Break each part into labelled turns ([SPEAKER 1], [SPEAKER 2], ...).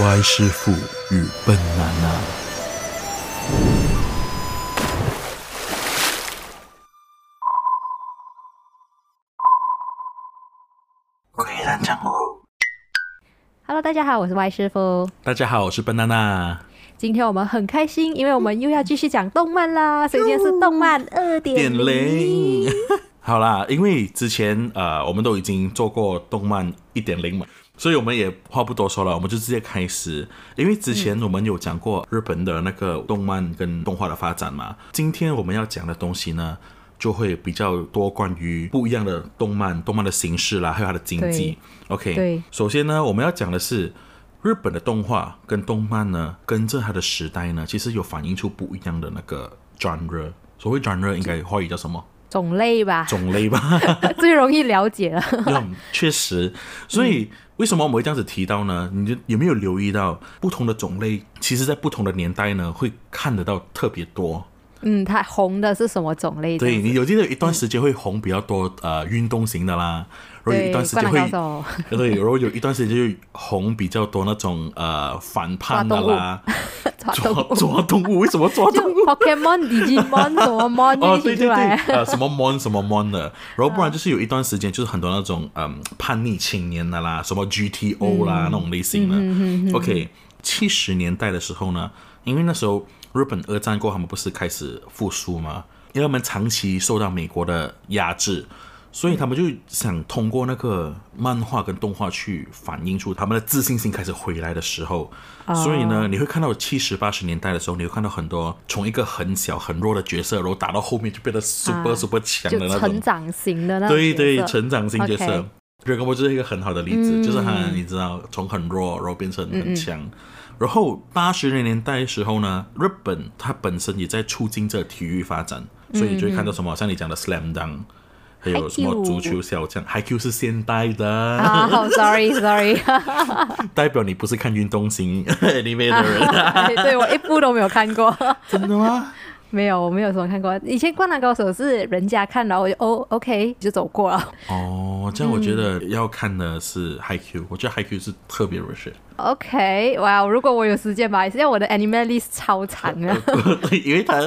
[SPEAKER 1] 歪师傅与笨啊娜娜。
[SPEAKER 2] 鬼然江湖，
[SPEAKER 3] Hello，大家好，我是 Y 师傅。
[SPEAKER 1] 大家好，我是笨娜娜。
[SPEAKER 3] 今天我们很开心，因为我们又要继续讲动漫 啦，所以今天是动漫二点
[SPEAKER 1] 点零
[SPEAKER 3] 零。
[SPEAKER 1] 好啦，因为之前呃我们都已经做过动漫一点零嘛，所以我们也话不多说了，我们就直接开始。因为之前我们有讲过日本的那个动漫跟动画的发展嘛，今天我们要讲的东西呢，就会比较多关于不一样的动漫、动漫的形式啦，还有它的经济
[SPEAKER 3] 对。
[SPEAKER 1] OK，
[SPEAKER 3] 对
[SPEAKER 1] 首先呢，我们要讲的是。日本的动画跟动漫呢，跟着它的时代呢，其实有反映出不一样的那个 genre。所谓 genre 应该华语叫什么？
[SPEAKER 3] 种类吧，
[SPEAKER 1] 种类吧。
[SPEAKER 3] 最容易了解了。
[SPEAKER 1] 嗯，确实。所以为什么我们会这样子提到呢？你就有没有留意到不同的种类，其实在不同的年代呢，会看得到特别多。
[SPEAKER 3] 嗯，它红的是什么种类？
[SPEAKER 1] 对你有记得有一段时间会红比较多，呃，运动型的啦，然后有一
[SPEAKER 3] 对，
[SPEAKER 1] 段时
[SPEAKER 3] 灌
[SPEAKER 1] 间
[SPEAKER 3] 篮
[SPEAKER 1] 会
[SPEAKER 3] 高手，啊
[SPEAKER 1] 对，然后有一段时间就红比较多那种呃反叛的啦，
[SPEAKER 3] 抓
[SPEAKER 1] 抓
[SPEAKER 3] 动物，
[SPEAKER 1] 抓动物，为什么抓
[SPEAKER 3] 就
[SPEAKER 1] 动物？
[SPEAKER 3] Pokemon、Digimon 什么 Mon 就
[SPEAKER 1] 哦
[SPEAKER 3] 一，
[SPEAKER 1] 对
[SPEAKER 3] 起出
[SPEAKER 1] 对对，
[SPEAKER 3] 来。
[SPEAKER 1] 呃，什么 mon 什么 mon 的，然后不然就是有一段时间就是很多那种嗯叛逆青年的啦，什么 GTO 啦、那种类型的。OK，七十年代的时候呢，因为那时候日本二战过后，他们不是开始复苏吗？因为他们长期受到美国的压制。所以他们就想通过那个漫画跟动画去反映出他们的自信心开始回来的时候，
[SPEAKER 3] 哦
[SPEAKER 1] 所以呢，你会看到七十八十年代的时候，你会看到很多从一个很小很弱的角色，然后打到后面就变得 super、
[SPEAKER 3] 啊
[SPEAKER 1] super 强
[SPEAKER 3] 就
[SPEAKER 1] 的那
[SPEAKER 3] 成
[SPEAKER 1] 种，
[SPEAKER 3] 长型的那种
[SPEAKER 1] 对对，
[SPEAKER 3] 角色
[SPEAKER 1] 成长型角色
[SPEAKER 3] OK。嗯
[SPEAKER 1] 热狗波就是一个很好的例子，就是他你知道从很弱然后变成很强。然后八十年代的时候呢，日本它本身也在促进这体育发展，
[SPEAKER 3] 嗯
[SPEAKER 1] 所以你就会看到什么，像你讲的 slam dunk，还有什么
[SPEAKER 3] Haikyuu
[SPEAKER 1] 足球小将，IQ 是现代的，
[SPEAKER 3] 啊，好，sorry，sorry，
[SPEAKER 1] 代表你不是看运动型 里 面的人，
[SPEAKER 3] 对我一部都没有看过。
[SPEAKER 1] 真的吗？
[SPEAKER 3] 没有，我没有什么看过。以前《灌篮高手》是人家看，然后我就哦，OK，就走过了。
[SPEAKER 1] 哦，这样我觉得要看的是 High Q，我觉得 High Q 是特别 r 血，
[SPEAKER 3] OK，哇，如果我有时间吧，现在我的 anime list 超长啊。
[SPEAKER 1] 因为他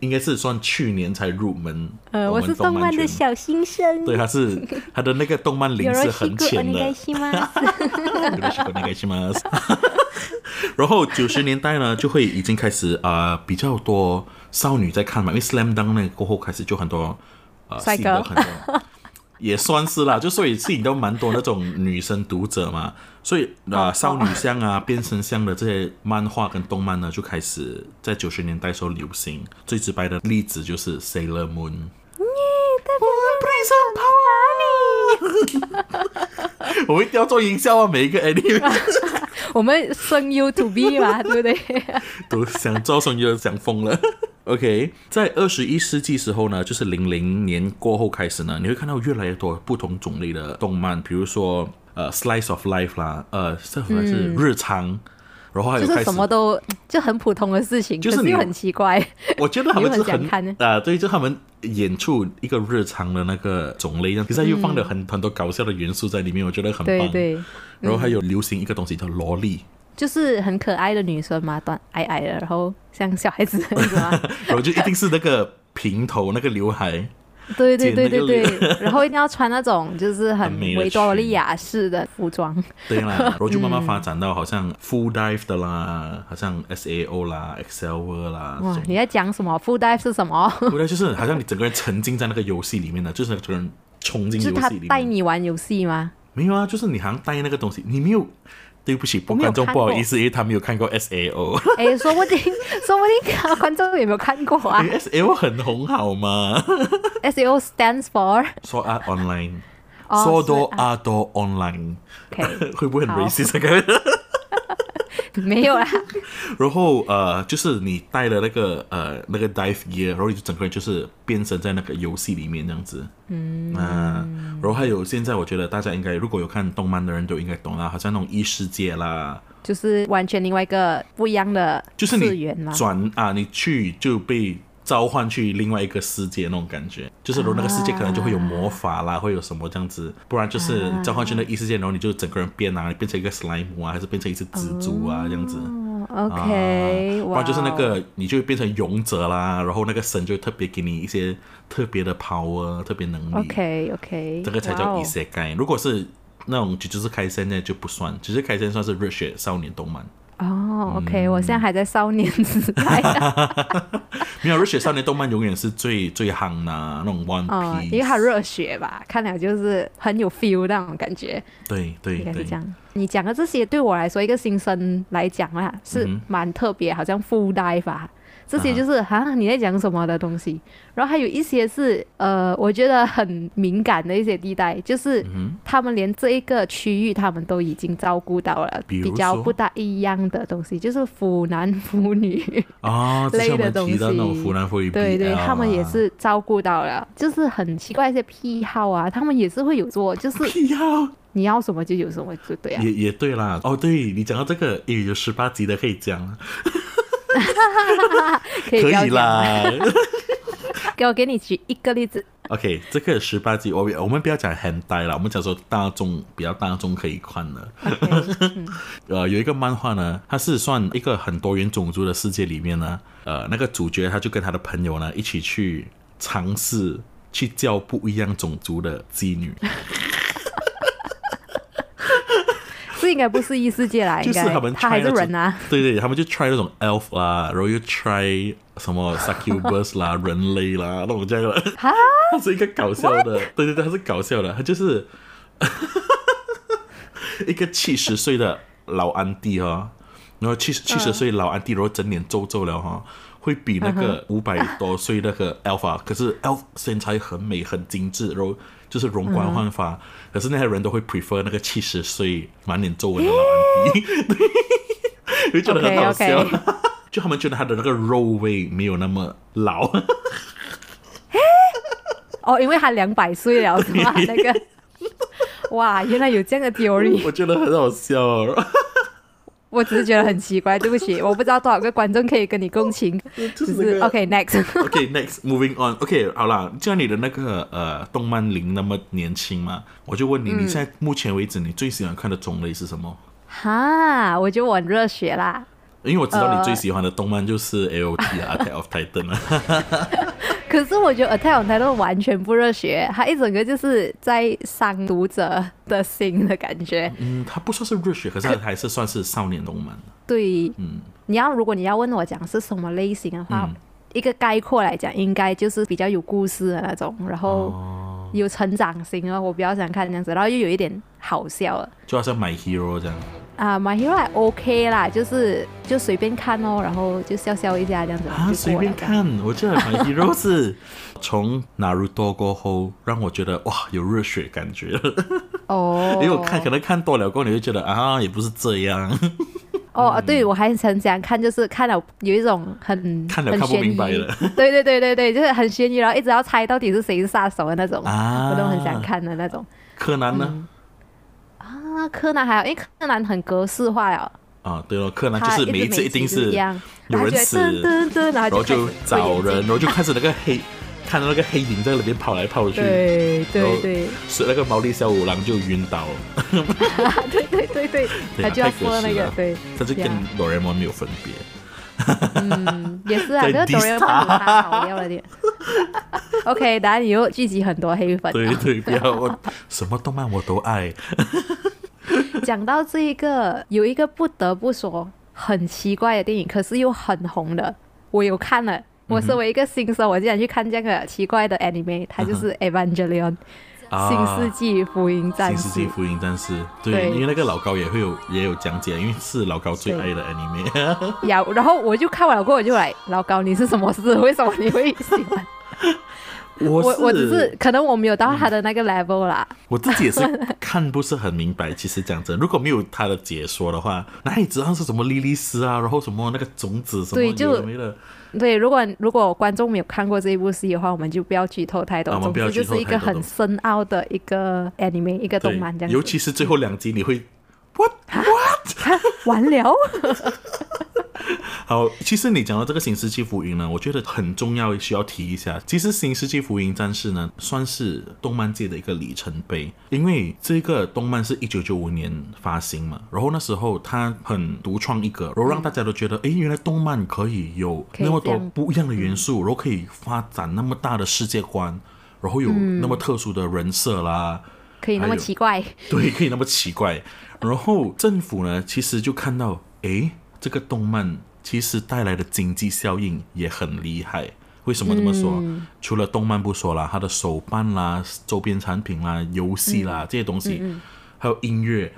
[SPEAKER 1] 应该是算去年才入门。
[SPEAKER 3] 呃，我
[SPEAKER 1] 们
[SPEAKER 3] 是
[SPEAKER 1] 动
[SPEAKER 3] 动漫的
[SPEAKER 1] 圈
[SPEAKER 3] 小新生。
[SPEAKER 1] 对，他是他的那个动 漫龄
[SPEAKER 3] よ
[SPEAKER 1] 是
[SPEAKER 3] ろし
[SPEAKER 1] 很
[SPEAKER 3] くお
[SPEAKER 1] 浅
[SPEAKER 3] 願
[SPEAKER 1] 的
[SPEAKER 3] い。し ます。
[SPEAKER 1] よろしくお願いします然后九十年代呢，就会已经开始呃比较多少女在看嘛，因为 Slam Dunk 那个过后开始就很多呃
[SPEAKER 3] 帅
[SPEAKER 1] 吸引到
[SPEAKER 3] 哥
[SPEAKER 1] 很多， 也算是啦，就所以吸引到蛮多那种女生读者嘛，所以
[SPEAKER 3] 哦
[SPEAKER 1] 啊、呃、少女向啊、变身向的这些漫画跟动漫呢，就开始在九十年代时候流行。最直白的例子就是 Sailor Moon。我 们一定要做营销啊！每一个 anime
[SPEAKER 3] 我们生 U to B 嘛，对不对？
[SPEAKER 1] 都想招生就想疯 了。OK，在二十一世纪时候呢，就是零零年过后开始呢，你会看到越来越多不同种类的动漫，比如说呃，slice of life 啦，呃，slice of life 是日常，然后还有
[SPEAKER 3] 就
[SPEAKER 1] 开
[SPEAKER 3] 嗯是
[SPEAKER 1] 始
[SPEAKER 3] 什么都就很普通的事情，
[SPEAKER 1] 就是
[SPEAKER 3] 可
[SPEAKER 1] 你
[SPEAKER 3] 是又很 奇怪。
[SPEAKER 1] 我觉得他们是
[SPEAKER 3] 你有很
[SPEAKER 1] 很
[SPEAKER 3] 想看呢
[SPEAKER 1] 啊、对，就他们演出一个日常的那个种类，可是他又放了很、很多搞笑的元素在里面，我觉得很棒。
[SPEAKER 3] 对嗯对，
[SPEAKER 1] 然后还有流行一个东西叫萝莉，
[SPEAKER 3] 就是很可爱的女生嘛，短矮矮的，然后像小孩子那种啊。
[SPEAKER 1] 然后就一定是那个平头那个刘海，
[SPEAKER 3] 对对对
[SPEAKER 1] 剪
[SPEAKER 3] 对
[SPEAKER 1] 那个
[SPEAKER 3] 对， 然后一定要穿那种就是很
[SPEAKER 1] 美的
[SPEAKER 3] 维多
[SPEAKER 1] 裙
[SPEAKER 3] 利亚式的服装。
[SPEAKER 1] 对啦，然后就慢慢
[SPEAKER 3] 嗯
[SPEAKER 1] 发展到好像 full dive 的啦，好像 SAO 啦、Excel 啦这
[SPEAKER 3] 哇
[SPEAKER 1] 种，。
[SPEAKER 3] 你在讲什么？附带是什么？
[SPEAKER 1] full dive 就是好像你整个人沉浸在那个游戏里面的，就是整个人冲进
[SPEAKER 3] 就是
[SPEAKER 1] 游
[SPEAKER 3] 他
[SPEAKER 1] 戏里
[SPEAKER 3] 带
[SPEAKER 1] 面。
[SPEAKER 3] 你玩游戏吗？
[SPEAKER 1] 没有啊，就是你好像带那个东西，你没有。对不起，
[SPEAKER 3] 没有
[SPEAKER 1] 观众
[SPEAKER 3] 看
[SPEAKER 1] 不好
[SPEAKER 3] 过
[SPEAKER 1] 意思，因为他没有看过 SAO，
[SPEAKER 3] 哎，说不定，说不定啊观众有没有看过啊
[SPEAKER 1] 因为 SAO 很红好吗？
[SPEAKER 3] ？S O stands for
[SPEAKER 1] 说啊 online，
[SPEAKER 3] 哦
[SPEAKER 1] 说多
[SPEAKER 3] 是
[SPEAKER 1] 啊多 online，
[SPEAKER 3] OK，
[SPEAKER 1] 会不会很
[SPEAKER 3] 好
[SPEAKER 1] racist 这个？
[SPEAKER 3] 没有啦。
[SPEAKER 1] 然后呃，就是你带了那个呃那个 dive gear，然后你就整个人就是变身在那个游戏里面这样子。嗯然后还有现在我觉得大家应该如果有看动漫的人都应该懂啦，好像那种异世界啦，
[SPEAKER 3] 就是完全另外一个不一样的
[SPEAKER 1] 就是
[SPEAKER 3] 次
[SPEAKER 1] 你
[SPEAKER 3] 元嘛。
[SPEAKER 1] 转啊，你去就被召唤去另外一个世界那种感觉，
[SPEAKER 3] 啊
[SPEAKER 1] 就是如果那个世界可能就会有魔法啦，会有什么这样子，不然就是召唤去那异世界，然后你就整个人变啊，你变成一个史莱姆啊，还是变成一只蜘蛛啊、这样子。
[SPEAKER 3] 哦，OK，
[SPEAKER 1] 啊不
[SPEAKER 3] 哇，哦
[SPEAKER 1] 然就是那个你就会变成勇者啦，然后那个神就特别给你一些特别的 power，特别能力。
[SPEAKER 3] OK OK，
[SPEAKER 1] 这个才
[SPEAKER 3] 哦
[SPEAKER 1] 叫 e 盖。如果是那种只就是开森呢，就不算，只是开森算是热血少年动漫。
[SPEAKER 3] 哦，OK，我现
[SPEAKER 1] 嗯
[SPEAKER 3] 在还在少年时 代
[SPEAKER 1] 没有热血少年动漫永远是最最夯呐、那种 One
[SPEAKER 3] 哦，
[SPEAKER 1] Piece，、
[SPEAKER 3] 因为它热血吧，看了就是很有 feel 那种感觉，
[SPEAKER 1] 对对
[SPEAKER 3] 应该是
[SPEAKER 1] 对
[SPEAKER 3] 这，样。你讲的这些对我来说，一个新生来讲啊，是
[SPEAKER 1] 嗯
[SPEAKER 3] 蛮特别，好像附带吧。这些就是啊，你在讲什么的东西，然后还有一些是呃，我觉得很敏感的一些地带，就是
[SPEAKER 1] 嗯
[SPEAKER 3] 他们连这一个区域他们都已经照顾到了，
[SPEAKER 1] 比如
[SPEAKER 3] 比较
[SPEAKER 1] 说
[SPEAKER 3] 不大一样的东西，就是腐男 腐女。
[SPEAKER 1] 哦，之前我
[SPEAKER 3] 类的
[SPEAKER 1] 们
[SPEAKER 3] 东
[SPEAKER 1] 提到那种
[SPEAKER 3] 西
[SPEAKER 1] 湖南风雨 BL 啊，
[SPEAKER 3] 对对，他们 也是照顾到了，就是很奇怪一些癖好啊，他们也是会有 做，就是
[SPEAKER 1] 屁呀，
[SPEAKER 3] 你要什么就有什么，就对啊。
[SPEAKER 1] 也也对啦。哦，对你讲到这个，也有十八集的可以讲了，
[SPEAKER 3] 可以
[SPEAKER 1] 可
[SPEAKER 3] 不要
[SPEAKER 1] 以
[SPEAKER 3] 讲吗，
[SPEAKER 1] 啦。
[SPEAKER 3] 给我给你举一个例子，
[SPEAKER 1] OK，这个十八集，我我们不要讲很呆啦，我们讲说大众比较大众可以看的。
[SPEAKER 3] OK，
[SPEAKER 1] 呃，有一个漫画呢，它是算一个很多元种族的世界里面呢，呃，那个主角他就跟他的朋友呢一起去尝试去叫不一样种族的妓 女，
[SPEAKER 3] 这应该不是异世界啦，
[SPEAKER 1] 就
[SPEAKER 3] 应
[SPEAKER 1] 是
[SPEAKER 3] 该
[SPEAKER 1] 他们
[SPEAKER 3] 他还
[SPEAKER 1] try
[SPEAKER 3] 是
[SPEAKER 1] 那种
[SPEAKER 3] 人啊，，
[SPEAKER 1] 对对，他们就 try 那种 elf 啦，然后又 try 什 么 succubus 啦、人类啦那种这样的，
[SPEAKER 3] 哈，
[SPEAKER 1] 它是一个搞笑的，对对对，它是搞笑的，它就是一个七十岁的老安迪哈，然后七十七十岁老安迪，然后整脸皱皱了哈，会比那个五百多岁那个 Alpha，可是 Alpha 身材很美很精致，然后就是容光焕发，可是那些人都会 prefer 那个七十岁满脸皱纹的老安迪，对，就觉得很好笑。
[SPEAKER 3] OK，OK
[SPEAKER 1] 就他们觉得他的那个肉味没有那么老，
[SPEAKER 3] 哦，因为他两百岁了是 吗？那个，哇，原来有这样的 theory，
[SPEAKER 1] 我觉得很好笑、哦。
[SPEAKER 3] 我只是觉得很奇怪，对不起，我不知道多少个观众可以跟你共情，
[SPEAKER 1] 就是
[SPEAKER 3] 只
[SPEAKER 1] 那
[SPEAKER 3] 是
[SPEAKER 1] 个
[SPEAKER 3] OK next，
[SPEAKER 1] OK，next、moving on。OK，好啦，既然你的那个呃动漫龄那么年轻嘛，我就问你，你现在目前为止你最喜欢看的种类是什么？
[SPEAKER 3] 哈，我觉得我很热血啦。
[SPEAKER 1] 因为我知道你最喜欢的动漫就是 A O T 啊，《Attack of Titan》啊。
[SPEAKER 3] 可是我觉得 Attack on Titan 完全不热血，它一整个就是在伤读者的心的感觉。
[SPEAKER 1] 嗯，它不算是热血，可是它还是算是少年动漫。
[SPEAKER 3] 对，你要如果你要问我讲是什么类型的话，
[SPEAKER 1] 嗯
[SPEAKER 3] 一个概括来讲，应该就是比较有故事的那种，然后
[SPEAKER 1] 哦，
[SPEAKER 3] 有成长型哦，我比较想看这样子，然后又有一点好笑了。
[SPEAKER 1] 就好像 My Hero 这样。
[SPEAKER 3] 啊、m y Hero 还 OK 啦，就是就随便看哦，然后就笑笑一下这样子，
[SPEAKER 1] 啊，
[SPEAKER 3] 就
[SPEAKER 1] 随
[SPEAKER 3] 过了
[SPEAKER 1] 便
[SPEAKER 3] 这样。
[SPEAKER 1] 看，我觉得 My Hero 是从 Naruto 过后，让我觉得哇有热血感觉了。
[SPEAKER 3] 哦，
[SPEAKER 1] 因为哎我看可能看多了过后，你就觉得啊也不是这样。
[SPEAKER 3] 哦，
[SPEAKER 1] 嗯
[SPEAKER 3] 对，我还很想看，就是看了有一种很
[SPEAKER 1] 看了
[SPEAKER 3] 很
[SPEAKER 1] 看不
[SPEAKER 3] 悬疑，
[SPEAKER 1] 明白了
[SPEAKER 3] 对对对对对，就是很悬疑，然后一直要猜到底是谁是杀手的那种，
[SPEAKER 1] 啊
[SPEAKER 3] 我都很想看的那种。
[SPEAKER 1] 柯南呢？
[SPEAKER 3] 啊，柯南还好，因为柯南很格式化了，
[SPEAKER 1] 啊，对了，柯南就
[SPEAKER 3] 他
[SPEAKER 1] 是
[SPEAKER 3] 一
[SPEAKER 1] 每
[SPEAKER 3] 直
[SPEAKER 1] 一次
[SPEAKER 3] 每
[SPEAKER 1] 一定
[SPEAKER 3] 集就是
[SPEAKER 1] 是
[SPEAKER 3] 一样
[SPEAKER 1] 有人死，
[SPEAKER 3] 然后就噔噔噔然
[SPEAKER 1] 然
[SPEAKER 3] 后
[SPEAKER 1] 后
[SPEAKER 3] 就
[SPEAKER 1] 就
[SPEAKER 3] 开始做
[SPEAKER 1] 找
[SPEAKER 3] 眼睛
[SPEAKER 1] 人，然 后就开始那个黑，看到那个黑影在里面跑来跑去，
[SPEAKER 3] 对
[SPEAKER 1] 然后
[SPEAKER 3] 对对
[SPEAKER 1] 是那个毛利小五郎就晕倒了，
[SPEAKER 3] 对 对对对，
[SPEAKER 1] 对
[SPEAKER 3] 他
[SPEAKER 1] 啊，
[SPEAKER 3] 就要
[SPEAKER 1] 太可
[SPEAKER 3] 说
[SPEAKER 1] 惜
[SPEAKER 3] 那个
[SPEAKER 1] 了，
[SPEAKER 3] 对，
[SPEAKER 1] 他就跟
[SPEAKER 3] 呀啊
[SPEAKER 1] 哆啦 A 梦没有分别。
[SPEAKER 3] 嗯，也是啊，
[SPEAKER 1] 在
[SPEAKER 3] 可是
[SPEAKER 1] diss
[SPEAKER 3] 哆啦 A 梦有他好料了点。OK，答案你又聚集很多黑粉啊。
[SPEAKER 1] 对对，不要 我什么动漫我都爱，
[SPEAKER 3] 讲到这一个，有一个不得不说很奇怪的电影，可是又很红的，我有看了。我
[SPEAKER 1] 嗯
[SPEAKER 3] 身为一个新生，我竟然去看这个奇怪的 anime，它就是
[SPEAKER 1] 嗯
[SPEAKER 3] 《Evangelion》
[SPEAKER 1] 啊
[SPEAKER 3] 新世纪福音战
[SPEAKER 1] 新世纪
[SPEAKER 3] 士。
[SPEAKER 1] 福音战士》
[SPEAKER 3] 对
[SPEAKER 1] 对，因为那个老高也会有也有讲解，因为是老高最爱的 anime。
[SPEAKER 3] 呀，然后我就看完了过后，我就来，老高，你是什么事？为什么你会喜欢？
[SPEAKER 1] 我
[SPEAKER 3] 我我只
[SPEAKER 1] 是嗯
[SPEAKER 3] 是可能我没有到他的那个 level 啦。
[SPEAKER 1] 我自己 也是看不是很明白。其实讲真，如果没有他的解说的话，哪里知道是什么莉莉丝啊，然后什么那个种子什么
[SPEAKER 3] 对就
[SPEAKER 1] 有的没的。
[SPEAKER 3] 对，如果如果观众没有看过这一部戏的话，我们就不要剧透太多。
[SPEAKER 1] 啊我们
[SPEAKER 3] 总
[SPEAKER 1] 不要
[SPEAKER 3] 之
[SPEAKER 1] 剧
[SPEAKER 3] 就
[SPEAKER 1] 透
[SPEAKER 3] 是一个
[SPEAKER 1] 太多
[SPEAKER 3] 很
[SPEAKER 1] 东
[SPEAKER 3] 深奥的一个 anime，一个动
[SPEAKER 1] 对
[SPEAKER 3] 漫这，样子。
[SPEAKER 1] 尤 其是 最后两集，你会 what
[SPEAKER 3] 完了，
[SPEAKER 1] 好，其实你讲到这个《新世纪福音》呢，我觉得很重要，需要提一下。其实《新世纪福音战士》呢，算是动漫界的一个里程碑，因为这个动漫是一九九五年发行嘛，然后那时候它很独创一格，然后让大家都觉得，诶，原来动漫可以有
[SPEAKER 3] 可以
[SPEAKER 1] 那么
[SPEAKER 3] 这
[SPEAKER 1] 多
[SPEAKER 3] 样
[SPEAKER 1] 不一样的元素，然后可以发展那么大的世界观。然后有
[SPEAKER 3] 嗯
[SPEAKER 1] 那么特殊的人设啦，
[SPEAKER 3] 可以那
[SPEAKER 1] 还
[SPEAKER 3] 么
[SPEAKER 1] 有
[SPEAKER 3] 奇怪，
[SPEAKER 1] 对，可以那么奇怪。然后政府呢，其实就看到，诶，这个动漫其实带来的经济效应也很厉害。为什么这么说？除了动漫不说啦，它的手办啦、周边产品啦、游戏啦、这些东西，还有音乐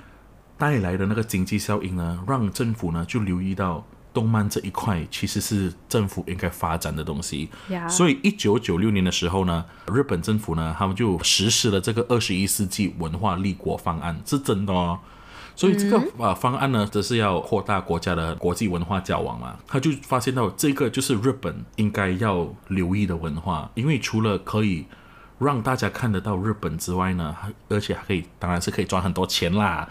[SPEAKER 1] 带来的那个经济效应呢，让政府呢就留意到动漫这一块其实是政府应该发展的东西。
[SPEAKER 3] 呀
[SPEAKER 1] 所以，一九九六年的时候呢，日本政府呢，他们就实施了这个二十一世纪文化立国方案，是真的哦。所以这个啊、呃方案呢，则是要扩大国家的国际文化交往嘛。他就发现到这个就是日本应该要留意的文化，因为除了可以让大家看得到日本之外呢，还而且还可以，当然是可以赚很多钱啦，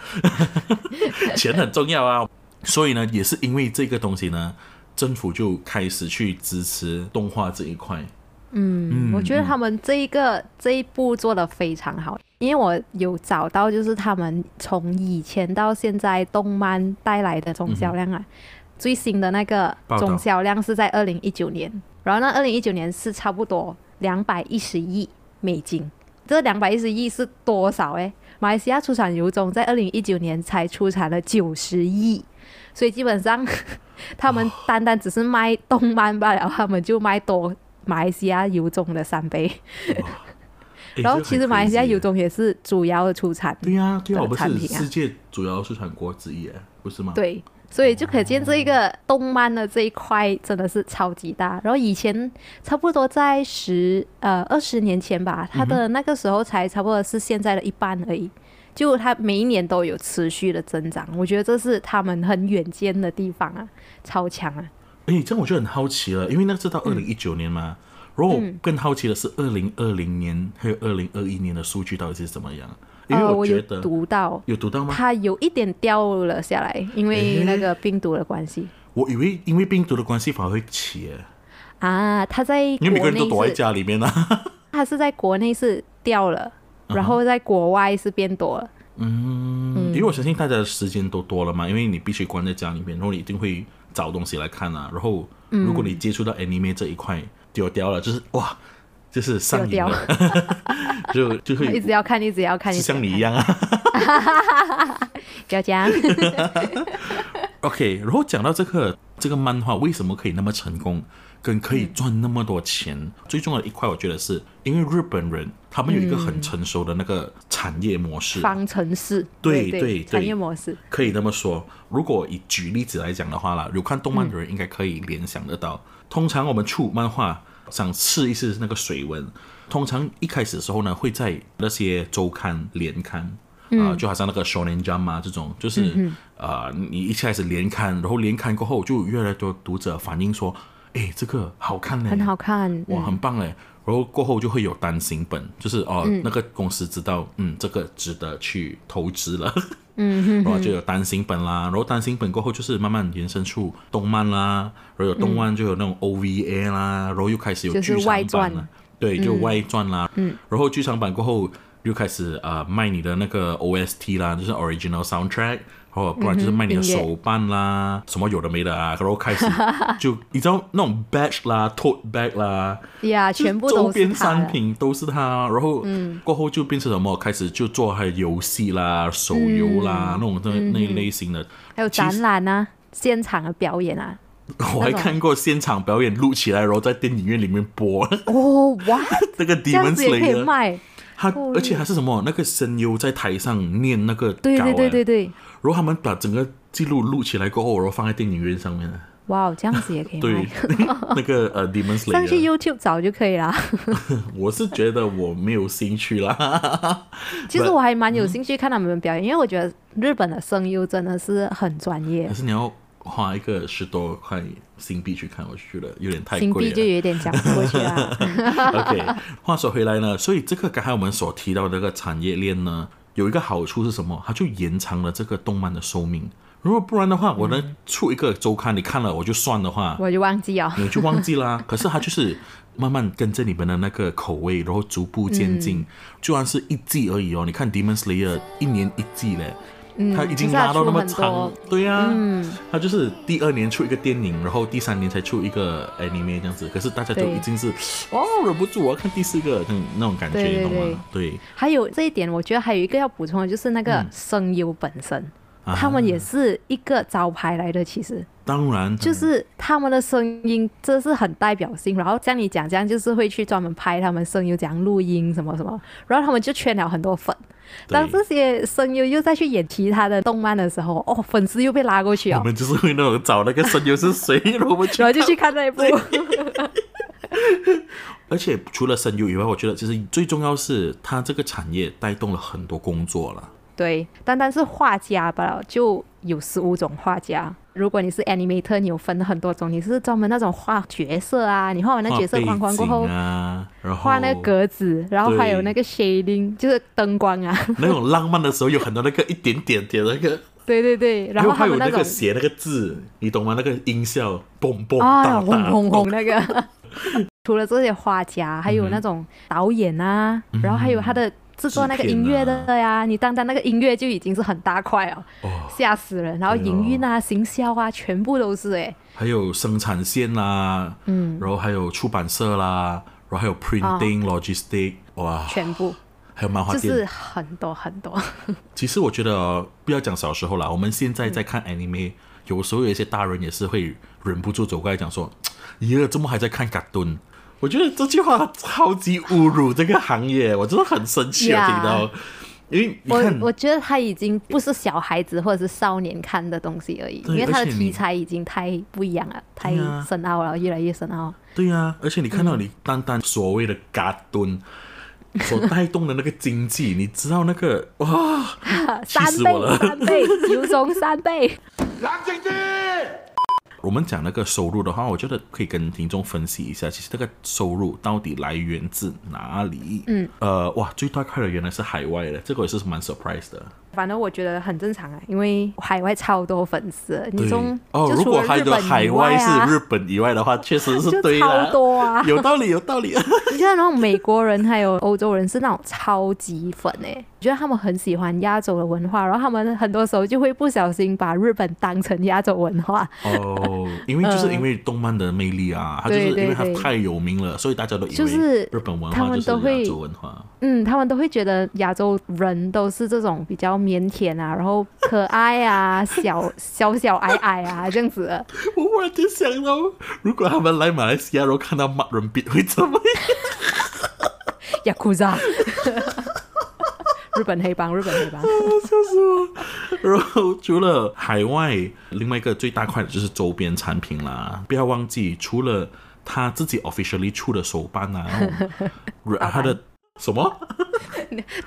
[SPEAKER 1] 钱很重要啊。所以呢，也是因为这个东西呢，政府就开始去支持动画这一块。
[SPEAKER 3] 嗯，我觉得他们这一个这一步做的非常好，因为我有找到就是他们从以前到现在动漫带来的总销量啊，最新的那个
[SPEAKER 1] 报道
[SPEAKER 3] 总销量是在二零一九年，然后呢，二零一九年是差不多两百一十亿美金，这两百一十亿是多少诶？马来西亚出产油种在二零一九年才出产了九十亿，所以基本上 他们单单只是卖动漫罢了，他们就卖多马来西亚油种的三倍。
[SPEAKER 1] 诶
[SPEAKER 3] 然后
[SPEAKER 1] 这个
[SPEAKER 3] 其实
[SPEAKER 1] 很
[SPEAKER 3] 马来西亚
[SPEAKER 1] crazy 耶
[SPEAKER 3] 油种也是主要的出产，
[SPEAKER 1] 对呀、对呀、
[SPEAKER 3] 的
[SPEAKER 1] 我们
[SPEAKER 3] 产
[SPEAKER 1] 是
[SPEAKER 3] 品啊
[SPEAKER 1] 世界主要出产国之一耶，不是吗？，
[SPEAKER 3] 对，所以就可见这一个动漫的这一块真的是超级大。然后以前差不多在十呃二十年前吧，它的那个时候才差不多是现在的一半而已。就它每一年都有持续的增长，我觉得这是他们很远见的地方啊，超强啊！
[SPEAKER 1] 哎，这样我就很好奇了，因为那是
[SPEAKER 3] 嗯
[SPEAKER 1] 到二零一九年嘛。然后我更好奇的是，二零二零年还有二零二一年的数据到底是怎么样？因为
[SPEAKER 3] 呃，我
[SPEAKER 1] 觉
[SPEAKER 3] 有
[SPEAKER 1] 得、
[SPEAKER 3] 读到，
[SPEAKER 1] 有读到吗？
[SPEAKER 3] 它有一点掉了下来，因为
[SPEAKER 1] 诶
[SPEAKER 3] 那个病毒的关系。
[SPEAKER 1] 我以为因为病毒的关系反而会起耶，
[SPEAKER 3] 啊，它在
[SPEAKER 1] 因为每
[SPEAKER 3] 国
[SPEAKER 1] 个人
[SPEAKER 3] 内
[SPEAKER 1] 都躲在
[SPEAKER 3] 是
[SPEAKER 1] 家里面啊。
[SPEAKER 3] 它是在国内是掉了，
[SPEAKER 1] 嗯
[SPEAKER 3] 然后在国外是变多了。
[SPEAKER 1] 嗯，因为我相信大家的时间都多了嘛，因为你必须关在家里面，然后你一定会找东西来看啊。然后如果你接触到
[SPEAKER 3] 嗯
[SPEAKER 1] anime 这一块丢掉了，就是哇，就是上瘾
[SPEAKER 3] 丢
[SPEAKER 1] 了， 就就会
[SPEAKER 3] 一直要看，一直要看，
[SPEAKER 1] 就
[SPEAKER 3] 一直要
[SPEAKER 1] 像
[SPEAKER 3] 看
[SPEAKER 1] 你一样啊。
[SPEAKER 3] 不要这样。
[SPEAKER 1] OK，然后讲到这个这个漫画为什么可以那么成功，跟可以赚那么多钱，最重要的一块，我觉得是因为日本人他们有一个很成熟的那个产业模式，
[SPEAKER 3] 方程式，
[SPEAKER 1] 对
[SPEAKER 3] 对
[SPEAKER 1] 对
[SPEAKER 3] 产
[SPEAKER 1] 对
[SPEAKER 3] 业模式，
[SPEAKER 1] 可以这么说。如果以举例子来讲的话啦，有看动漫的人应该可以联想得到。通常我们触漫画想试一试那个水温，通常一开始的时候呢，会在那些周刊、连刊。啊、
[SPEAKER 3] 嗯
[SPEAKER 1] 就好像那个《Shonen Jump》啊，这种就是、呃，你一开始连刊，然后连刊过后，就有越来越多读者反映说，哎，这个好看呢，
[SPEAKER 3] 很好看。
[SPEAKER 1] 哇，
[SPEAKER 3] 嗯
[SPEAKER 1] 很棒哎！然后过后就会有单行本，就是哦，
[SPEAKER 3] 嗯
[SPEAKER 1] 那个公司知道，嗯，这个值得去投资了， 嗯，然后就有单行本啦，然后单行本过后就是慢慢延伸出动漫啦，然后有动漫就有那种 OVA 啦，然后又开始有
[SPEAKER 3] 嗯就是
[SPEAKER 1] 剧
[SPEAKER 3] 外
[SPEAKER 1] 场版了
[SPEAKER 3] 传，
[SPEAKER 1] 对，就外传啦，嗯，然后剧场版过后又开始呃卖你的那个 OST 啦，就是 original soundtrack，然后不然就是卖你的
[SPEAKER 3] 音乐
[SPEAKER 1] 手办
[SPEAKER 3] 嗯
[SPEAKER 1] 啦，什么有的没的啊，然后开始就你知道那种 badge 啦、tote bag 啦，
[SPEAKER 3] 呀，
[SPEAKER 1] 就是
[SPEAKER 3] 全部
[SPEAKER 1] 周
[SPEAKER 3] 都是嗯
[SPEAKER 1] 边
[SPEAKER 3] 它的
[SPEAKER 1] 商品都是它，然后过后就变成什么，开始就做还有游戏啦、手游啦、
[SPEAKER 3] 嗯
[SPEAKER 1] 那种那那一类型的，
[SPEAKER 3] 还有展览啊，现场的表演啊。
[SPEAKER 1] 我还看过现场表演录起来，然后在电影院里面播
[SPEAKER 3] 哦，哇，
[SPEAKER 1] 这个
[SPEAKER 3] 这样
[SPEAKER 1] Demon
[SPEAKER 3] 子也可以
[SPEAKER 1] Slayer，
[SPEAKER 3] 卖。
[SPEAKER 1] 他
[SPEAKER 3] 哦
[SPEAKER 1] 而且还是什么那个声优在台上念那个稿、
[SPEAKER 3] 对对对
[SPEAKER 1] 哎
[SPEAKER 3] 对对，
[SPEAKER 1] 然后他们把整个记录录起来过后，然后放在电影院上面。
[SPEAKER 3] 哇，这样子也可以卖
[SPEAKER 1] 对。，那个呃，Demon
[SPEAKER 3] 上去
[SPEAKER 1] Slayer，
[SPEAKER 3] YouTube 找就可以啦。
[SPEAKER 1] 我是觉得我没有兴趣啦。
[SPEAKER 3] 其实我还蛮有兴趣看他们的表演，因为我觉得日本的声优真的是很专业
[SPEAKER 1] 可，是你要花一个十多块新币去看，我觉得有点太
[SPEAKER 3] 新
[SPEAKER 1] 贵
[SPEAKER 3] 币就
[SPEAKER 1] 了。
[SPEAKER 3] 有点讲不过去啊 嗯啦。
[SPEAKER 1] OK，话说回来呢，所以这个刚才我们所提到的这个产业链呢，有一个好处是什么？它就延长了这个动漫的寿命。如果不然的话，我能出一个周刊，你看了我就算的话，
[SPEAKER 3] 我就忘记哦了。
[SPEAKER 1] 你就忘记啦、 可是它就是慢慢跟着你们的那个口味，然后逐步渐
[SPEAKER 3] 嗯
[SPEAKER 1] 进。就算是一季而已哦，你看 Demon Slayer 一年一季嘞。
[SPEAKER 3] 嗯
[SPEAKER 1] 他已经拉到那么
[SPEAKER 3] 可是它出
[SPEAKER 1] 长
[SPEAKER 3] 很多，嗯
[SPEAKER 1] 对呀、他就是第二年出一个电影，然后第三年才出一个 anime 这样子，可是大家都
[SPEAKER 3] 对
[SPEAKER 1] 已经是，哦，忍不住我要看第四个，嗯，那种感觉，
[SPEAKER 3] 对
[SPEAKER 1] 你
[SPEAKER 3] 对
[SPEAKER 1] 懂吗？对，
[SPEAKER 3] 还有这一点，我觉得还有一个要补充的就是那
[SPEAKER 1] 嗯
[SPEAKER 3] 个声优本身，
[SPEAKER 1] 啊
[SPEAKER 3] 他们也是一个招牌来的，其实。
[SPEAKER 1] 当然
[SPEAKER 3] 就是他们的声音，这是很代表性。然后像你讲这样，就是会去专门拍他们声优讲录音什么什么，然后他们就圈了很多粉。
[SPEAKER 1] 对
[SPEAKER 3] 当这些声优又再去演其他的动漫的时候，哦，粉丝又被拉过去
[SPEAKER 1] 我
[SPEAKER 3] 哦，
[SPEAKER 1] 们就是会那种找那个声优是谁，然后我们去
[SPEAKER 3] 然后就去看那 一部。
[SPEAKER 1] 而且除了声优以外，我觉得其实最重要是它这个产业带动了很多工作了。
[SPEAKER 3] 对，单单是画家吧，就有十五种画家。如果你是 animator，你有分很多种，你是专门那种画角色啊，你画完那角色
[SPEAKER 1] 画
[SPEAKER 3] 框框过后
[SPEAKER 1] 背景，啊，然后
[SPEAKER 3] 画那个格子，然后还有
[SPEAKER 1] 对
[SPEAKER 3] 那个 shading，就是灯光啊。
[SPEAKER 1] 那种浪漫的时候，有很多那个一点点点那个，
[SPEAKER 3] 对对对， 然
[SPEAKER 1] 然
[SPEAKER 3] 后
[SPEAKER 1] 后
[SPEAKER 3] 他
[SPEAKER 1] 还有
[SPEAKER 3] 们
[SPEAKER 1] 那
[SPEAKER 3] 种
[SPEAKER 1] 个写那个字，你懂吗？那个音效嘣嘣
[SPEAKER 3] 啊，
[SPEAKER 1] 哒
[SPEAKER 3] 轰
[SPEAKER 1] 哒，
[SPEAKER 3] 轰轰那个。 除了这些画家，还有那种导演啊，
[SPEAKER 1] 嗯
[SPEAKER 3] 然后还有他的制作那个音乐
[SPEAKER 1] 制
[SPEAKER 3] 的呀、你单单那个音乐就已经是很大块哦，
[SPEAKER 1] 嗯哦
[SPEAKER 3] 吓死人！然后
[SPEAKER 1] 对哦
[SPEAKER 3] 营运啊、行销啊，全部都是哎，
[SPEAKER 1] 还有生产线啦，嗯，然后还有出版社啦，然后还有 printing、logistic，哇，
[SPEAKER 3] 全部
[SPEAKER 1] 还有漫画
[SPEAKER 3] 啊就
[SPEAKER 1] 店，
[SPEAKER 3] 是很多很多。
[SPEAKER 1] 其实我觉得哦不要讲小时候啦，我们现在
[SPEAKER 3] 嗯
[SPEAKER 1] 在看 anime，、有时候有一些大人也是会忍不住走过来讲说：“耶，怎么还在看 cartoon？” 我觉得这句话超级侮辱这个行业，我真的很生气啊
[SPEAKER 3] Yeah
[SPEAKER 1] 听到。因为你
[SPEAKER 3] 我
[SPEAKER 1] 看，
[SPEAKER 3] 我觉得他已经不是小孩子或者是少年看的东西而已，
[SPEAKER 1] 对
[SPEAKER 3] 因为他
[SPEAKER 1] 而
[SPEAKER 3] 的
[SPEAKER 1] 且你
[SPEAKER 3] 题材已经太不一样了，太
[SPEAKER 1] 对啊
[SPEAKER 3] 深奥了，越来越深奥。
[SPEAKER 1] 对呀、而且你看到
[SPEAKER 3] 嗯
[SPEAKER 1] 你单单所谓的 cartoon 所带动的那个经 济，你知道那个哇，气
[SPEAKER 3] 三
[SPEAKER 1] 死我了
[SPEAKER 3] 倍，三 倍，有种三倍。
[SPEAKER 1] 我们讲那个收入的话，我觉得可以跟听众分析一下，其实这个收入到底来源自哪里？嗯，呃，哇，最大块的原来是海外的，这个也是蛮 surprise 的。
[SPEAKER 3] 反正我觉得很正常啊，因为海外超多粉丝，你
[SPEAKER 1] 对
[SPEAKER 3] 从
[SPEAKER 1] 哦，
[SPEAKER 3] 就
[SPEAKER 1] 如
[SPEAKER 3] 除
[SPEAKER 1] 果
[SPEAKER 3] 了
[SPEAKER 1] 还
[SPEAKER 3] 日
[SPEAKER 1] 有
[SPEAKER 3] 本
[SPEAKER 1] 海
[SPEAKER 3] 以外啊
[SPEAKER 1] 是日本以外的话，确实是
[SPEAKER 3] 就
[SPEAKER 1] 对
[SPEAKER 3] 超
[SPEAKER 1] 啦，。
[SPEAKER 3] 多啊
[SPEAKER 1] 有道理，有道 理。
[SPEAKER 3] 你像那种美国人还有欧洲人是那种超级粉哎、我觉得他们很喜欢亚洲的文化，然后他们很多时候就会不小心把日本当成亚洲文化，
[SPEAKER 1] 哦，因为就是因为动漫的魅力啊，它就是
[SPEAKER 3] 嗯对对
[SPEAKER 1] 因为它
[SPEAKER 3] 对
[SPEAKER 1] 太有名了，所以大家都以
[SPEAKER 3] 就
[SPEAKER 1] 为
[SPEAKER 3] 是
[SPEAKER 1] 日本文
[SPEAKER 3] 他
[SPEAKER 1] 化
[SPEAKER 3] 们
[SPEAKER 1] 就是
[SPEAKER 3] 都会
[SPEAKER 1] 亚洲文化。
[SPEAKER 3] 嗯，他们都会觉得亚洲人都是这种比较腼腆啊，然后可爱啊，小小小矮矮啊这样子的。
[SPEAKER 1] 我忽然间想到，如果他们来马来西亚，然后看到马人币会怎么样？
[SPEAKER 3] 雅库扎， 日本黑帮，日本黑帮，
[SPEAKER 1] 然后除了海外，另外一个最大块的就是周边产品啦。不要忘记，除了他自己 officially 出的手办啊， 然后他的什么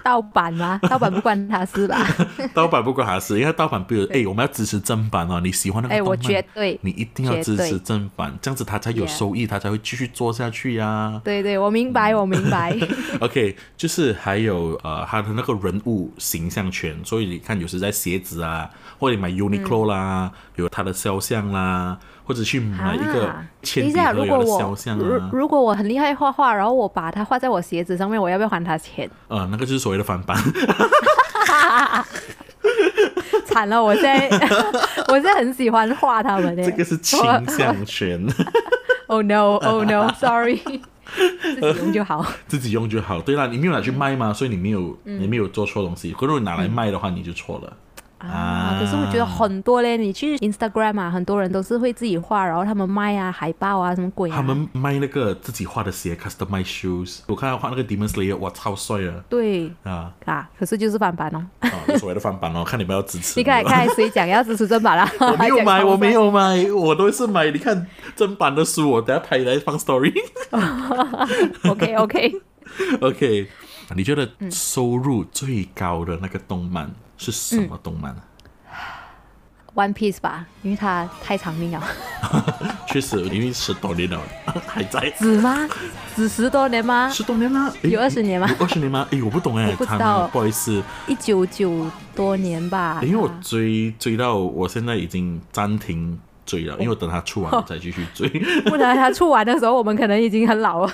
[SPEAKER 3] 盗版吗？盗版不关他事吧？
[SPEAKER 1] 盗版不管还是，因为盗版不如哎，我们要支持正版哦。你喜欢那个
[SPEAKER 3] 哎，
[SPEAKER 1] 动漫，
[SPEAKER 3] 我绝对，
[SPEAKER 1] 你一定要
[SPEAKER 3] 绝
[SPEAKER 1] 支
[SPEAKER 3] 对
[SPEAKER 1] 持正版，这样子他才有
[SPEAKER 3] Yeah
[SPEAKER 1] 收益，他才会继续做下去呀、
[SPEAKER 3] 对对，我明白，我明白。
[SPEAKER 1] OK，就是还有呃，他的那个人物形象权，所以你看，有时在鞋子啊，或者你买
[SPEAKER 3] 嗯
[SPEAKER 1] Uniqlo 啦，有他的肖像啦，或者去买一个
[SPEAKER 3] 啊等
[SPEAKER 1] 铅
[SPEAKER 3] 一
[SPEAKER 1] 笔
[SPEAKER 3] 下，
[SPEAKER 1] 盒
[SPEAKER 3] 如
[SPEAKER 1] 有他
[SPEAKER 3] 果
[SPEAKER 1] 的肖
[SPEAKER 3] 我
[SPEAKER 1] 像
[SPEAKER 3] 如
[SPEAKER 1] 啊，
[SPEAKER 3] 如果我很厉害画画，然后我把它画在我鞋子上面，我要不要还他钱？
[SPEAKER 1] 呃，那个就是所谓的翻 版。
[SPEAKER 3] 惨了，我 现在我现在很喜欢画他们呢。欸
[SPEAKER 1] 这个是倾向权，
[SPEAKER 3] Oh no, Oh no, Sorry，自己用 就好。
[SPEAKER 1] 自己用就好。对啦，你没有拿去卖
[SPEAKER 3] 嗯
[SPEAKER 1] 嘛，所以你没有你没有做错东西。可如果你拿来卖的话，你就错
[SPEAKER 3] 嗯
[SPEAKER 1] 了。
[SPEAKER 3] 啊，可是我觉得很多嘞，你去 Instagram 啊，很多人都是会自己画，然后他们卖啊、海报啊、什么鬼啊。
[SPEAKER 1] 他们卖那个自己画的鞋，customize shoes。我看他画那个 Demon Slayer，哇，超帅啊！
[SPEAKER 3] 对
[SPEAKER 1] 啊
[SPEAKER 3] 啊，可是就是翻 版哦。
[SPEAKER 1] 啊，就所谓的翻版哦， 看你们要支持。
[SPEAKER 3] 你看看谁讲要支持正版啦？啊
[SPEAKER 1] 我没
[SPEAKER 3] 还
[SPEAKER 1] 有
[SPEAKER 3] 讲
[SPEAKER 1] 买，
[SPEAKER 3] 超
[SPEAKER 1] 我没
[SPEAKER 3] 赞。
[SPEAKER 1] 有买，我都是买。你看正版的书，我等下拍来放 story。
[SPEAKER 3] OK OK，
[SPEAKER 1] OK，你嗯觉得收入最高的那个动漫是什么动漫啊？
[SPEAKER 3] One Piece 吧，因为它太长命了。
[SPEAKER 1] 确实，因为十多年了，还在
[SPEAKER 3] 子吗？子十多年吗？
[SPEAKER 1] 十多年啦，诶
[SPEAKER 3] 有20年吗
[SPEAKER 1] 有二十年吗？哎，我不懂哎，
[SPEAKER 3] 不知
[SPEAKER 1] 他
[SPEAKER 3] 道
[SPEAKER 1] 们不好意思，
[SPEAKER 3] 一九九多年吧。
[SPEAKER 1] 因为我追追到我现在已经暂停追了，因为我等他出完再继续追。
[SPEAKER 3] 不然它出完的时候，我们可能已经很老了。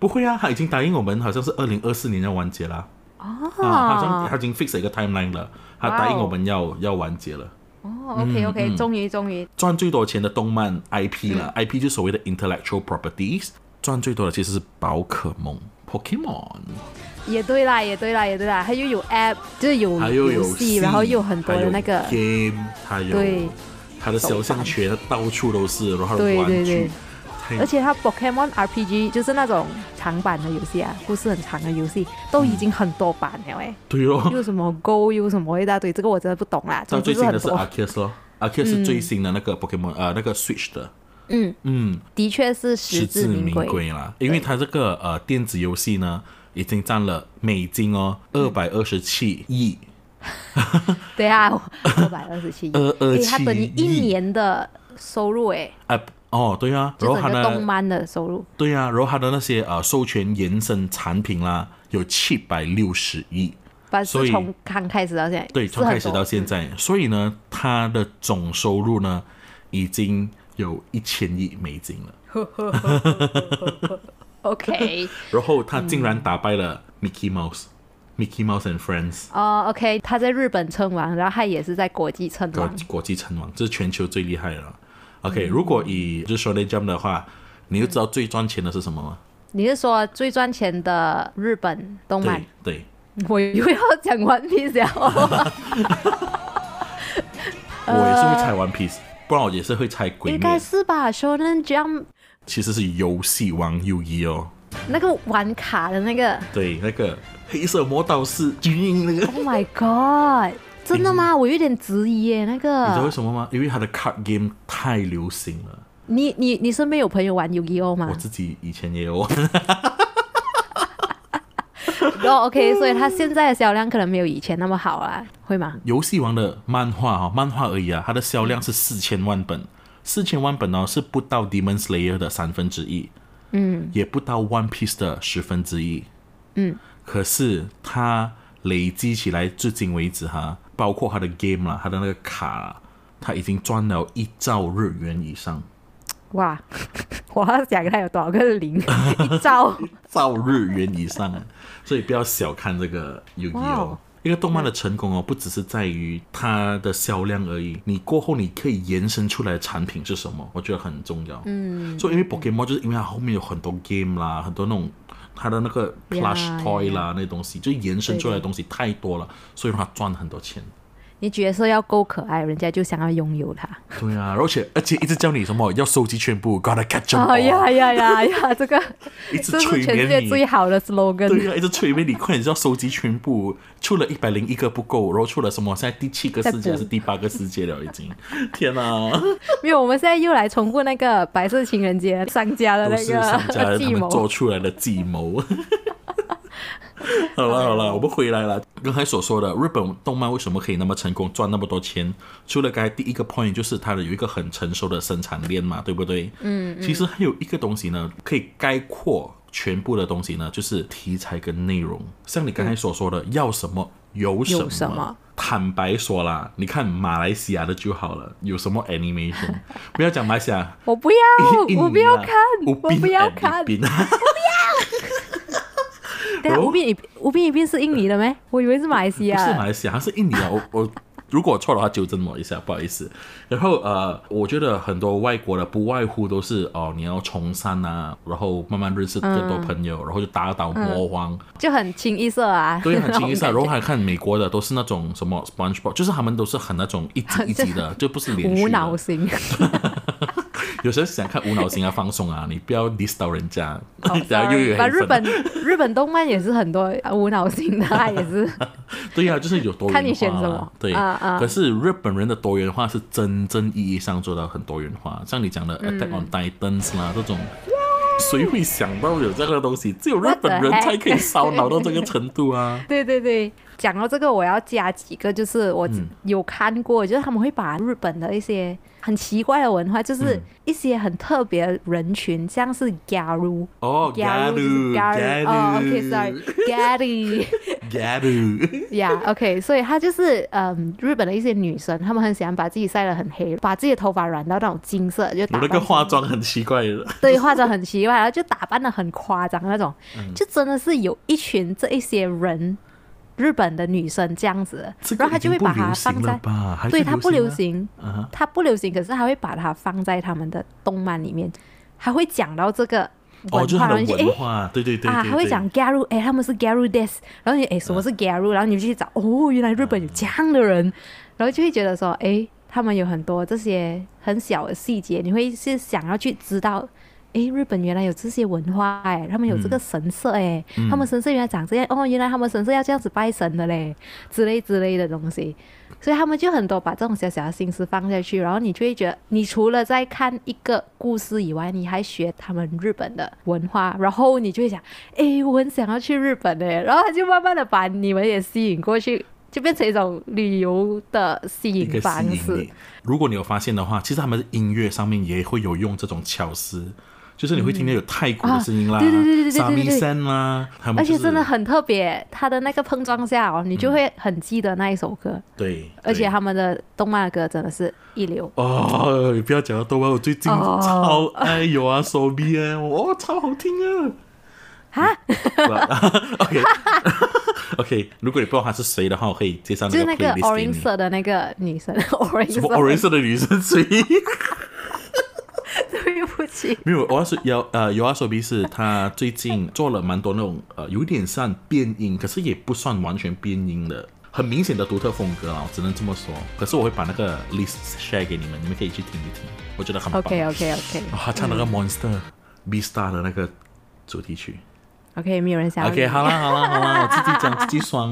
[SPEAKER 1] 不会啊，他已经答应我们，好像是二零二四年要完结啦。
[SPEAKER 3] 哦
[SPEAKER 1] 啊，他好像他已经 fix 了一个 timeline 了，他答应
[SPEAKER 3] 哇哦
[SPEAKER 1] 我们要、要完结了。
[SPEAKER 3] 哦，OK
[SPEAKER 1] 嗯
[SPEAKER 3] OK，终于终于，
[SPEAKER 1] 赚最多钱的动漫 IP
[SPEAKER 3] 嗯
[SPEAKER 1] 了、i p 就是所谓的 intellectual properties，赚最多的其实是宝可梦 Pokemon，
[SPEAKER 3] 哦也对啦，也对啦，也对啦，它又有 App，就是有
[SPEAKER 1] 还有
[SPEAKER 3] 游
[SPEAKER 1] 游
[SPEAKER 3] 戏，
[SPEAKER 1] 戏，
[SPEAKER 3] 然后又有很多的那个
[SPEAKER 1] 还，有 game，还有
[SPEAKER 3] 对
[SPEAKER 1] 它的肖像权到处都是，然后它的
[SPEAKER 3] 对
[SPEAKER 1] 玩具，
[SPEAKER 3] 对对
[SPEAKER 1] 太
[SPEAKER 3] 而且它 Pokemon RPG 就是那种长版的游戏啊，不是很长的游戏，都已经很多版了哎、
[SPEAKER 1] 对 哦，
[SPEAKER 3] 又什么 Go，又什么一大堆，这个我真的不懂啦，
[SPEAKER 1] 到
[SPEAKER 3] 总
[SPEAKER 1] 最
[SPEAKER 3] 之
[SPEAKER 1] 新
[SPEAKER 3] 是
[SPEAKER 1] 的
[SPEAKER 3] 很
[SPEAKER 1] 是啊
[SPEAKER 3] 多。
[SPEAKER 1] Arceus 咯，Arceus 是最新的那个 Pokemon，、呃，那个 Switch 的，
[SPEAKER 3] 嗯，
[SPEAKER 1] 嗯，
[SPEAKER 3] 的确是实
[SPEAKER 1] 实
[SPEAKER 3] 至
[SPEAKER 1] 至
[SPEAKER 3] 名
[SPEAKER 1] 名
[SPEAKER 3] 归。
[SPEAKER 1] 归啦，因为它这个呃电子游戏呢，已经占了美金哦二百二十七亿。
[SPEAKER 3] 对啊，二百二十七 亿，
[SPEAKER 1] 227
[SPEAKER 3] 诶它等于一年的收入哎、
[SPEAKER 1] 啊，哦，对啊，然
[SPEAKER 3] 就
[SPEAKER 1] 后
[SPEAKER 3] 整
[SPEAKER 1] 它
[SPEAKER 3] 个动
[SPEAKER 1] 的
[SPEAKER 3] 漫的收入。
[SPEAKER 1] 对啊，然后它的那些呃授权延伸产品啦，有七百六十亿，
[SPEAKER 3] 把
[SPEAKER 1] 所
[SPEAKER 3] 是
[SPEAKER 1] 以
[SPEAKER 3] 从刚开始到现在，
[SPEAKER 1] 对，
[SPEAKER 3] 是
[SPEAKER 1] 从开
[SPEAKER 3] 很
[SPEAKER 1] 始
[SPEAKER 3] 多嗯
[SPEAKER 1] 到现在，所以呢，它的总收入呢，已经有一千亿美金了，
[SPEAKER 3] OK，
[SPEAKER 1] 然后它竟
[SPEAKER 3] 嗯
[SPEAKER 1] 然打败了 Mickey Mouse，Mickey Mouse and Friends
[SPEAKER 3] 哦、o k 他在日本称王，然后他也是在国际称
[SPEAKER 1] 国
[SPEAKER 3] 王，
[SPEAKER 1] 国际称王，这是全球最厉害的了。OK，如
[SPEAKER 3] 嗯
[SPEAKER 1] 果以就是 s h o n e Jump 的话，你就知道最赚钱的是什么吗？
[SPEAKER 3] 你是说最赚钱的日本动漫
[SPEAKER 1] 对？对，
[SPEAKER 3] 我又要讲 One Piece 了，
[SPEAKER 1] 我也是会猜 One Piece，不然我也是会猜鬼
[SPEAKER 3] 呃应该
[SPEAKER 1] 灭。
[SPEAKER 3] 是吧？Shonen Jump
[SPEAKER 1] 其实是游戏王 U E 哦，
[SPEAKER 3] 那个玩卡的那个
[SPEAKER 1] 对，那个黑色魔导士军营那个，你
[SPEAKER 3] ，Oh my God，真的
[SPEAKER 1] 嗯
[SPEAKER 3] 吗？我有点质疑耶，那
[SPEAKER 1] 知道为
[SPEAKER 3] 个，
[SPEAKER 1] 什么吗？因为他的 card game 太流行了，
[SPEAKER 3] 你你你身边有朋友玩 Yu-Gi-Oh 吗
[SPEAKER 1] 我？自己以前也有，
[SPEAKER 3] 哦、o k 所以他现在的销量可能没有以前那么好啦，会吗？
[SPEAKER 1] 游戏王的漫画哈、哦，漫画而已啊，它的销量是四千万本，四千万本哦，是不到 Demon Slayer 的三分之一，嗯，也不到 One Piece 的十分之一，
[SPEAKER 3] 嗯，
[SPEAKER 1] 可是它累积起来至今为止哈，包括它的 game 啦，它的那个卡啦，它已经赚了一兆日元以上。
[SPEAKER 3] 哇， 我要讲它有多少个 零，一招。
[SPEAKER 1] 兆日元以上，啊所以不要小看这个 Yu-Gi-Oh！
[SPEAKER 3] 哇
[SPEAKER 1] 一个动漫的成功哦，不只是在于它的销量而已，你过后你可以延伸出来的产品是什么，我觉得很重要。嗯，所以因为 Pokemon 就是因为它后面有很多 game 啦，很多那种它的那个 plush
[SPEAKER 3] Yeah,
[SPEAKER 1] toy 啦，那些东西，就延伸出来的东西太多了，所以它赚很多钱。
[SPEAKER 3] 你角色要够可爱，人家就想要拥有它。
[SPEAKER 1] 对啊，而且而且一直叫你什么要收集全部，gotta catch them all，
[SPEAKER 3] 哎呀呀呀呀！这个
[SPEAKER 1] 一直
[SPEAKER 3] 这
[SPEAKER 1] 催
[SPEAKER 3] 是全世
[SPEAKER 1] 眠
[SPEAKER 3] 界
[SPEAKER 1] 你。
[SPEAKER 3] 最好的 slogan，
[SPEAKER 1] 对呀、一直催眠你，快点就要收集全部，出了一百零一个不够，然后出了什么？现在第七个世界
[SPEAKER 3] 再补
[SPEAKER 1] 还是第八个世界了？已经，天哪、
[SPEAKER 3] 没有，我们现在又来重复那个白色情人节商家的
[SPEAKER 1] 都
[SPEAKER 3] 那
[SPEAKER 1] 是商家他
[SPEAKER 3] 个 计
[SPEAKER 1] 们
[SPEAKER 3] 谋。
[SPEAKER 1] 做出来的计谋。 好了好了，我们回来了。刚才所说的日本动漫为什么可以那么成功，赚那么多钱？除了刚才第一个 point 就是它的有一个很成熟的生产链嘛，对不对？嗯。其实还有一个东西呢，可以概括全部的东西呢，就是题材跟内容。像你刚才所说的，要什么有什么。
[SPEAKER 3] 嗯有什么
[SPEAKER 1] 坦白说啦，你看马来西亚的就好了，有什么 animation？不要讲马来西亚，
[SPEAKER 3] 我不要，哦
[SPEAKER 1] 啊
[SPEAKER 3] 我不要看，
[SPEAKER 1] 我
[SPEAKER 3] 我不要
[SPEAKER 1] 哎
[SPEAKER 3] 看。等下，
[SPEAKER 1] 哦
[SPEAKER 3] 无边一无边一边是印尼的咩？我以为是马来 西
[SPEAKER 1] 不是马
[SPEAKER 3] 亚。
[SPEAKER 1] 来西亚，它是印尼啊。我我如果我错的话，纠正我一下，不好意思。然后呃，我觉得很多外国的不外乎都是哦，你要从善啊，然后慢慢认识更多朋
[SPEAKER 3] 嗯
[SPEAKER 1] 友，然后就打倒魔王，
[SPEAKER 3] 就很清一色啊，
[SPEAKER 1] 对，很清一 色。
[SPEAKER 3] 那
[SPEAKER 1] 然后
[SPEAKER 3] 种
[SPEAKER 1] 还看美国的都是那种什么 SpongeBob，就是他们都是很那种一集一 集的，就不是连
[SPEAKER 3] 感觉
[SPEAKER 1] 续
[SPEAKER 3] 无脑
[SPEAKER 1] 的。
[SPEAKER 3] 型。
[SPEAKER 1] 有时候想看无脑型啊，放松啊，你不要 diss 到人家，
[SPEAKER 3] 哦
[SPEAKER 1] 然后又
[SPEAKER 3] sorry，
[SPEAKER 1] 有
[SPEAKER 3] 把
[SPEAKER 1] 黑粉
[SPEAKER 3] 日本日本动漫也是很多无脑型的啊，也是
[SPEAKER 1] 对呀、就是有多元化啦
[SPEAKER 3] 看你选什么
[SPEAKER 1] 对，
[SPEAKER 3] 啊啊
[SPEAKER 1] 可是日本人的多元化是真正意义上做到很多元化，像你讲的《Attack
[SPEAKER 3] 嗯
[SPEAKER 1] on Titans》啦、这种，谁会想到有这个东西？只有日
[SPEAKER 3] What the
[SPEAKER 1] 本人
[SPEAKER 3] heck？！
[SPEAKER 1] 才可以烧脑到这个程度啊
[SPEAKER 3] 对对对，讲到这个，我要加几个，就是我
[SPEAKER 1] 嗯
[SPEAKER 3] 有看过，就是他们会把日本的一些很奇怪的文化，就是
[SPEAKER 1] 嗯
[SPEAKER 3] 一些很特别的人群，像是 Garu，
[SPEAKER 1] 哦
[SPEAKER 3] g a r u 哦，OK，sorry，Gary。
[SPEAKER 1] Garu，Garu，
[SPEAKER 3] 呀、yeah,，OK，所以她就是嗯，日本的一些女生，她们很喜欢把自己晒得很黑，把自己的头发染到那种金色，就打
[SPEAKER 1] 我那
[SPEAKER 3] 扮
[SPEAKER 1] 个化妆很奇怪 的，
[SPEAKER 3] 对化妆很奇怪，然后就打扮的很夸张那种，
[SPEAKER 1] 嗯
[SPEAKER 3] 就真的是有一群这一些人，日本的女生这样子，
[SPEAKER 1] 这个
[SPEAKER 3] 然后她就会把它
[SPEAKER 1] 已
[SPEAKER 3] 放
[SPEAKER 1] 经不流行了
[SPEAKER 3] 在，
[SPEAKER 1] 吧？还是
[SPEAKER 3] 对，它不流
[SPEAKER 1] 啊，
[SPEAKER 3] 行，
[SPEAKER 1] 嗯哼
[SPEAKER 3] 它不流行，可是她会把它放在他们的动漫里面，还会讲到这个
[SPEAKER 1] 哦，
[SPEAKER 3] 文
[SPEAKER 1] 就是它
[SPEAKER 3] 化，然后
[SPEAKER 1] 的
[SPEAKER 3] 你就
[SPEAKER 1] 文
[SPEAKER 3] 诶
[SPEAKER 1] 化，对对对
[SPEAKER 3] 啊，
[SPEAKER 1] 对
[SPEAKER 3] 他会
[SPEAKER 1] 对嗯
[SPEAKER 3] 讲 Garu，哎，他们是 Garu Des，然后你哎，什么是 Garu？、然后你就去找，哦，原来日本有这样的人，然后就会觉得说，哎，他们有很多这些很小的细节，你会是想要去知道，哎，日本原来有这些文化，哎，他们有这
[SPEAKER 1] 嗯
[SPEAKER 3] 个神社，哎、他们神社原来长这样，哦，原来他们神社要这样子拜神的嘞，之类之类的东西。所以他们就很多把这种小小的心思放下去，然后你就会觉得，你除了在看一个故事以外，你还学他们日本的文化，然后你就会想，诶，我很想要去日本诶，然后他就慢慢的把你们也吸引过去，就变成一种旅游的吸
[SPEAKER 1] 嗯一个
[SPEAKER 3] 引方
[SPEAKER 1] 吸引
[SPEAKER 3] 式
[SPEAKER 1] 力。。如果你有发现的话，其实他们的音乐上面也会有用这种巧思，就是你会听到有泰国的声音啦，
[SPEAKER 3] 啊对对对对对对
[SPEAKER 1] 沙弥
[SPEAKER 3] 对对
[SPEAKER 1] 山啦，他们
[SPEAKER 3] 而
[SPEAKER 1] 就
[SPEAKER 3] 且
[SPEAKER 1] 是
[SPEAKER 3] 真的很特别，它的那个碰撞下哦，你就会很记得那一首歌，
[SPEAKER 1] 对，
[SPEAKER 3] 而且
[SPEAKER 1] 对
[SPEAKER 3] 他们的动漫的歌真的是一流。
[SPEAKER 1] 哦，你不要讲到豆瓣，我最近
[SPEAKER 3] 哦
[SPEAKER 1] 超爱有啊，手臂啊，哦，超好听啊！啊 ，OK OK，如果你不知道她是谁的话，我可以介绍
[SPEAKER 3] 就是
[SPEAKER 1] 那
[SPEAKER 3] 那个
[SPEAKER 1] playlist 给你
[SPEAKER 3] orange。色的那个女生
[SPEAKER 1] 什
[SPEAKER 3] ，orange
[SPEAKER 1] 么
[SPEAKER 3] 色
[SPEAKER 1] orange 色的女生谁？
[SPEAKER 3] 对不起，
[SPEAKER 1] 没有，我要说有呃有啊，手臂是她最近做了蛮多那种呃有点像变音，可是也不算完全变音的。很明显的独特风格啊，我只能这么说。可是我会把那个 list share 给你们，你们可以去听一听，我觉得很棒。
[SPEAKER 3] OK OK OK
[SPEAKER 1] 啊，他唱那个 Monster B Star 的那个主题曲。
[SPEAKER 3] OK，没有人想要
[SPEAKER 1] OK，
[SPEAKER 3] 理
[SPEAKER 1] 好啦好啦好啦，我自己讲自己爽。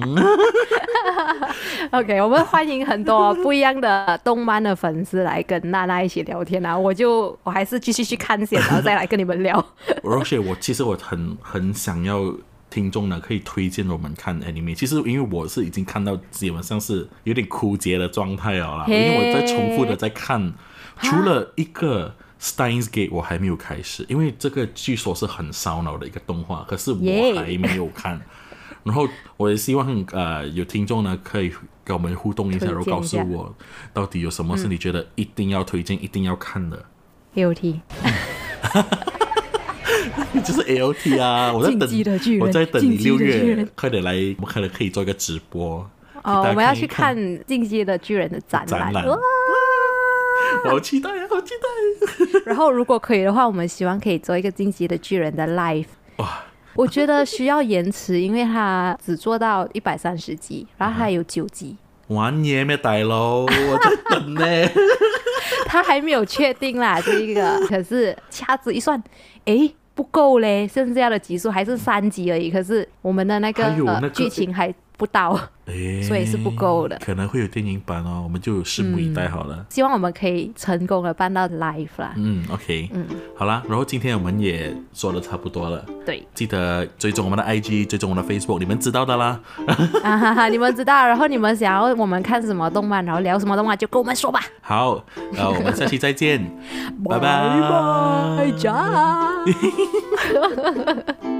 [SPEAKER 3] OK，我们欢迎很多 不一样的动漫的粉丝来跟娜娜一起聊天啊！我就我还是继续去看先，然后再来跟你们聊。
[SPEAKER 1] 而且我其实我很很想要听众呢，可以推荐我们看 anime。其实因为我是已经看到基本上是有点枯竭的状态了啦，因
[SPEAKER 3] 嘿
[SPEAKER 1] 为我在重复的在看，除了一个。Steins Gate 我还没有开始，因为这个据说是很烧脑的一个动画，可是我
[SPEAKER 3] 耶
[SPEAKER 1] 还没有看。 然后我也希望呃有听众呢可以跟我们互动一下，
[SPEAKER 3] 推荐
[SPEAKER 1] 然后告诉
[SPEAKER 3] 一下
[SPEAKER 1] 我到底有什么是你觉得一定要推荐、一定要看的。
[SPEAKER 3] AOT
[SPEAKER 1] 就是 L T 啊，我在
[SPEAKER 3] 进击的
[SPEAKER 1] 等，
[SPEAKER 3] 巨人
[SPEAKER 1] 我在等你
[SPEAKER 3] 进击
[SPEAKER 1] 六
[SPEAKER 3] 的巨人
[SPEAKER 1] 月，快点来，我们可能可以做一个直播。
[SPEAKER 3] 哦，
[SPEAKER 1] 给大家
[SPEAKER 3] 我们要
[SPEAKER 1] 一
[SPEAKER 3] 去看《进击的巨人》的展
[SPEAKER 1] 展
[SPEAKER 3] 览。
[SPEAKER 1] 览
[SPEAKER 3] 哇
[SPEAKER 1] 我好期待啊，好期待！
[SPEAKER 3] 然后如果可以的话，我们希望可以做一个《进击的巨人》的 live。
[SPEAKER 1] 哇，
[SPEAKER 3] 我觉得需要延迟，因为它只做到一百三十集，然后它还有九集，
[SPEAKER 1] 玩也没带喽，我在等 呢。
[SPEAKER 3] 他还没有确定 啦，这一个。可是掐指一算，诶，不够嘞，剩下的集数还是三集而已。可是我们的那个
[SPEAKER 1] 还有那个
[SPEAKER 3] 呃、剧情还不到，
[SPEAKER 1] 哎
[SPEAKER 3] 所以是不够的
[SPEAKER 1] 可能会有电影版哦，我们就拭目以待好了。
[SPEAKER 3] 希望我们可以成功的办到 live 啦。
[SPEAKER 1] 嗯 o k 好啦，然后今天我们也说的差不多了。
[SPEAKER 3] 对
[SPEAKER 1] 记得追踪我们的 IG，追踪我们的 Facebook，你们知道的啦。
[SPEAKER 3] 啊哈哈，你们知道，然后你们想要我们看什么动漫，然后聊什么动漫，就跟我们说吧。
[SPEAKER 1] 好，呃，我们下期再见，拜
[SPEAKER 3] 拜拜，再见。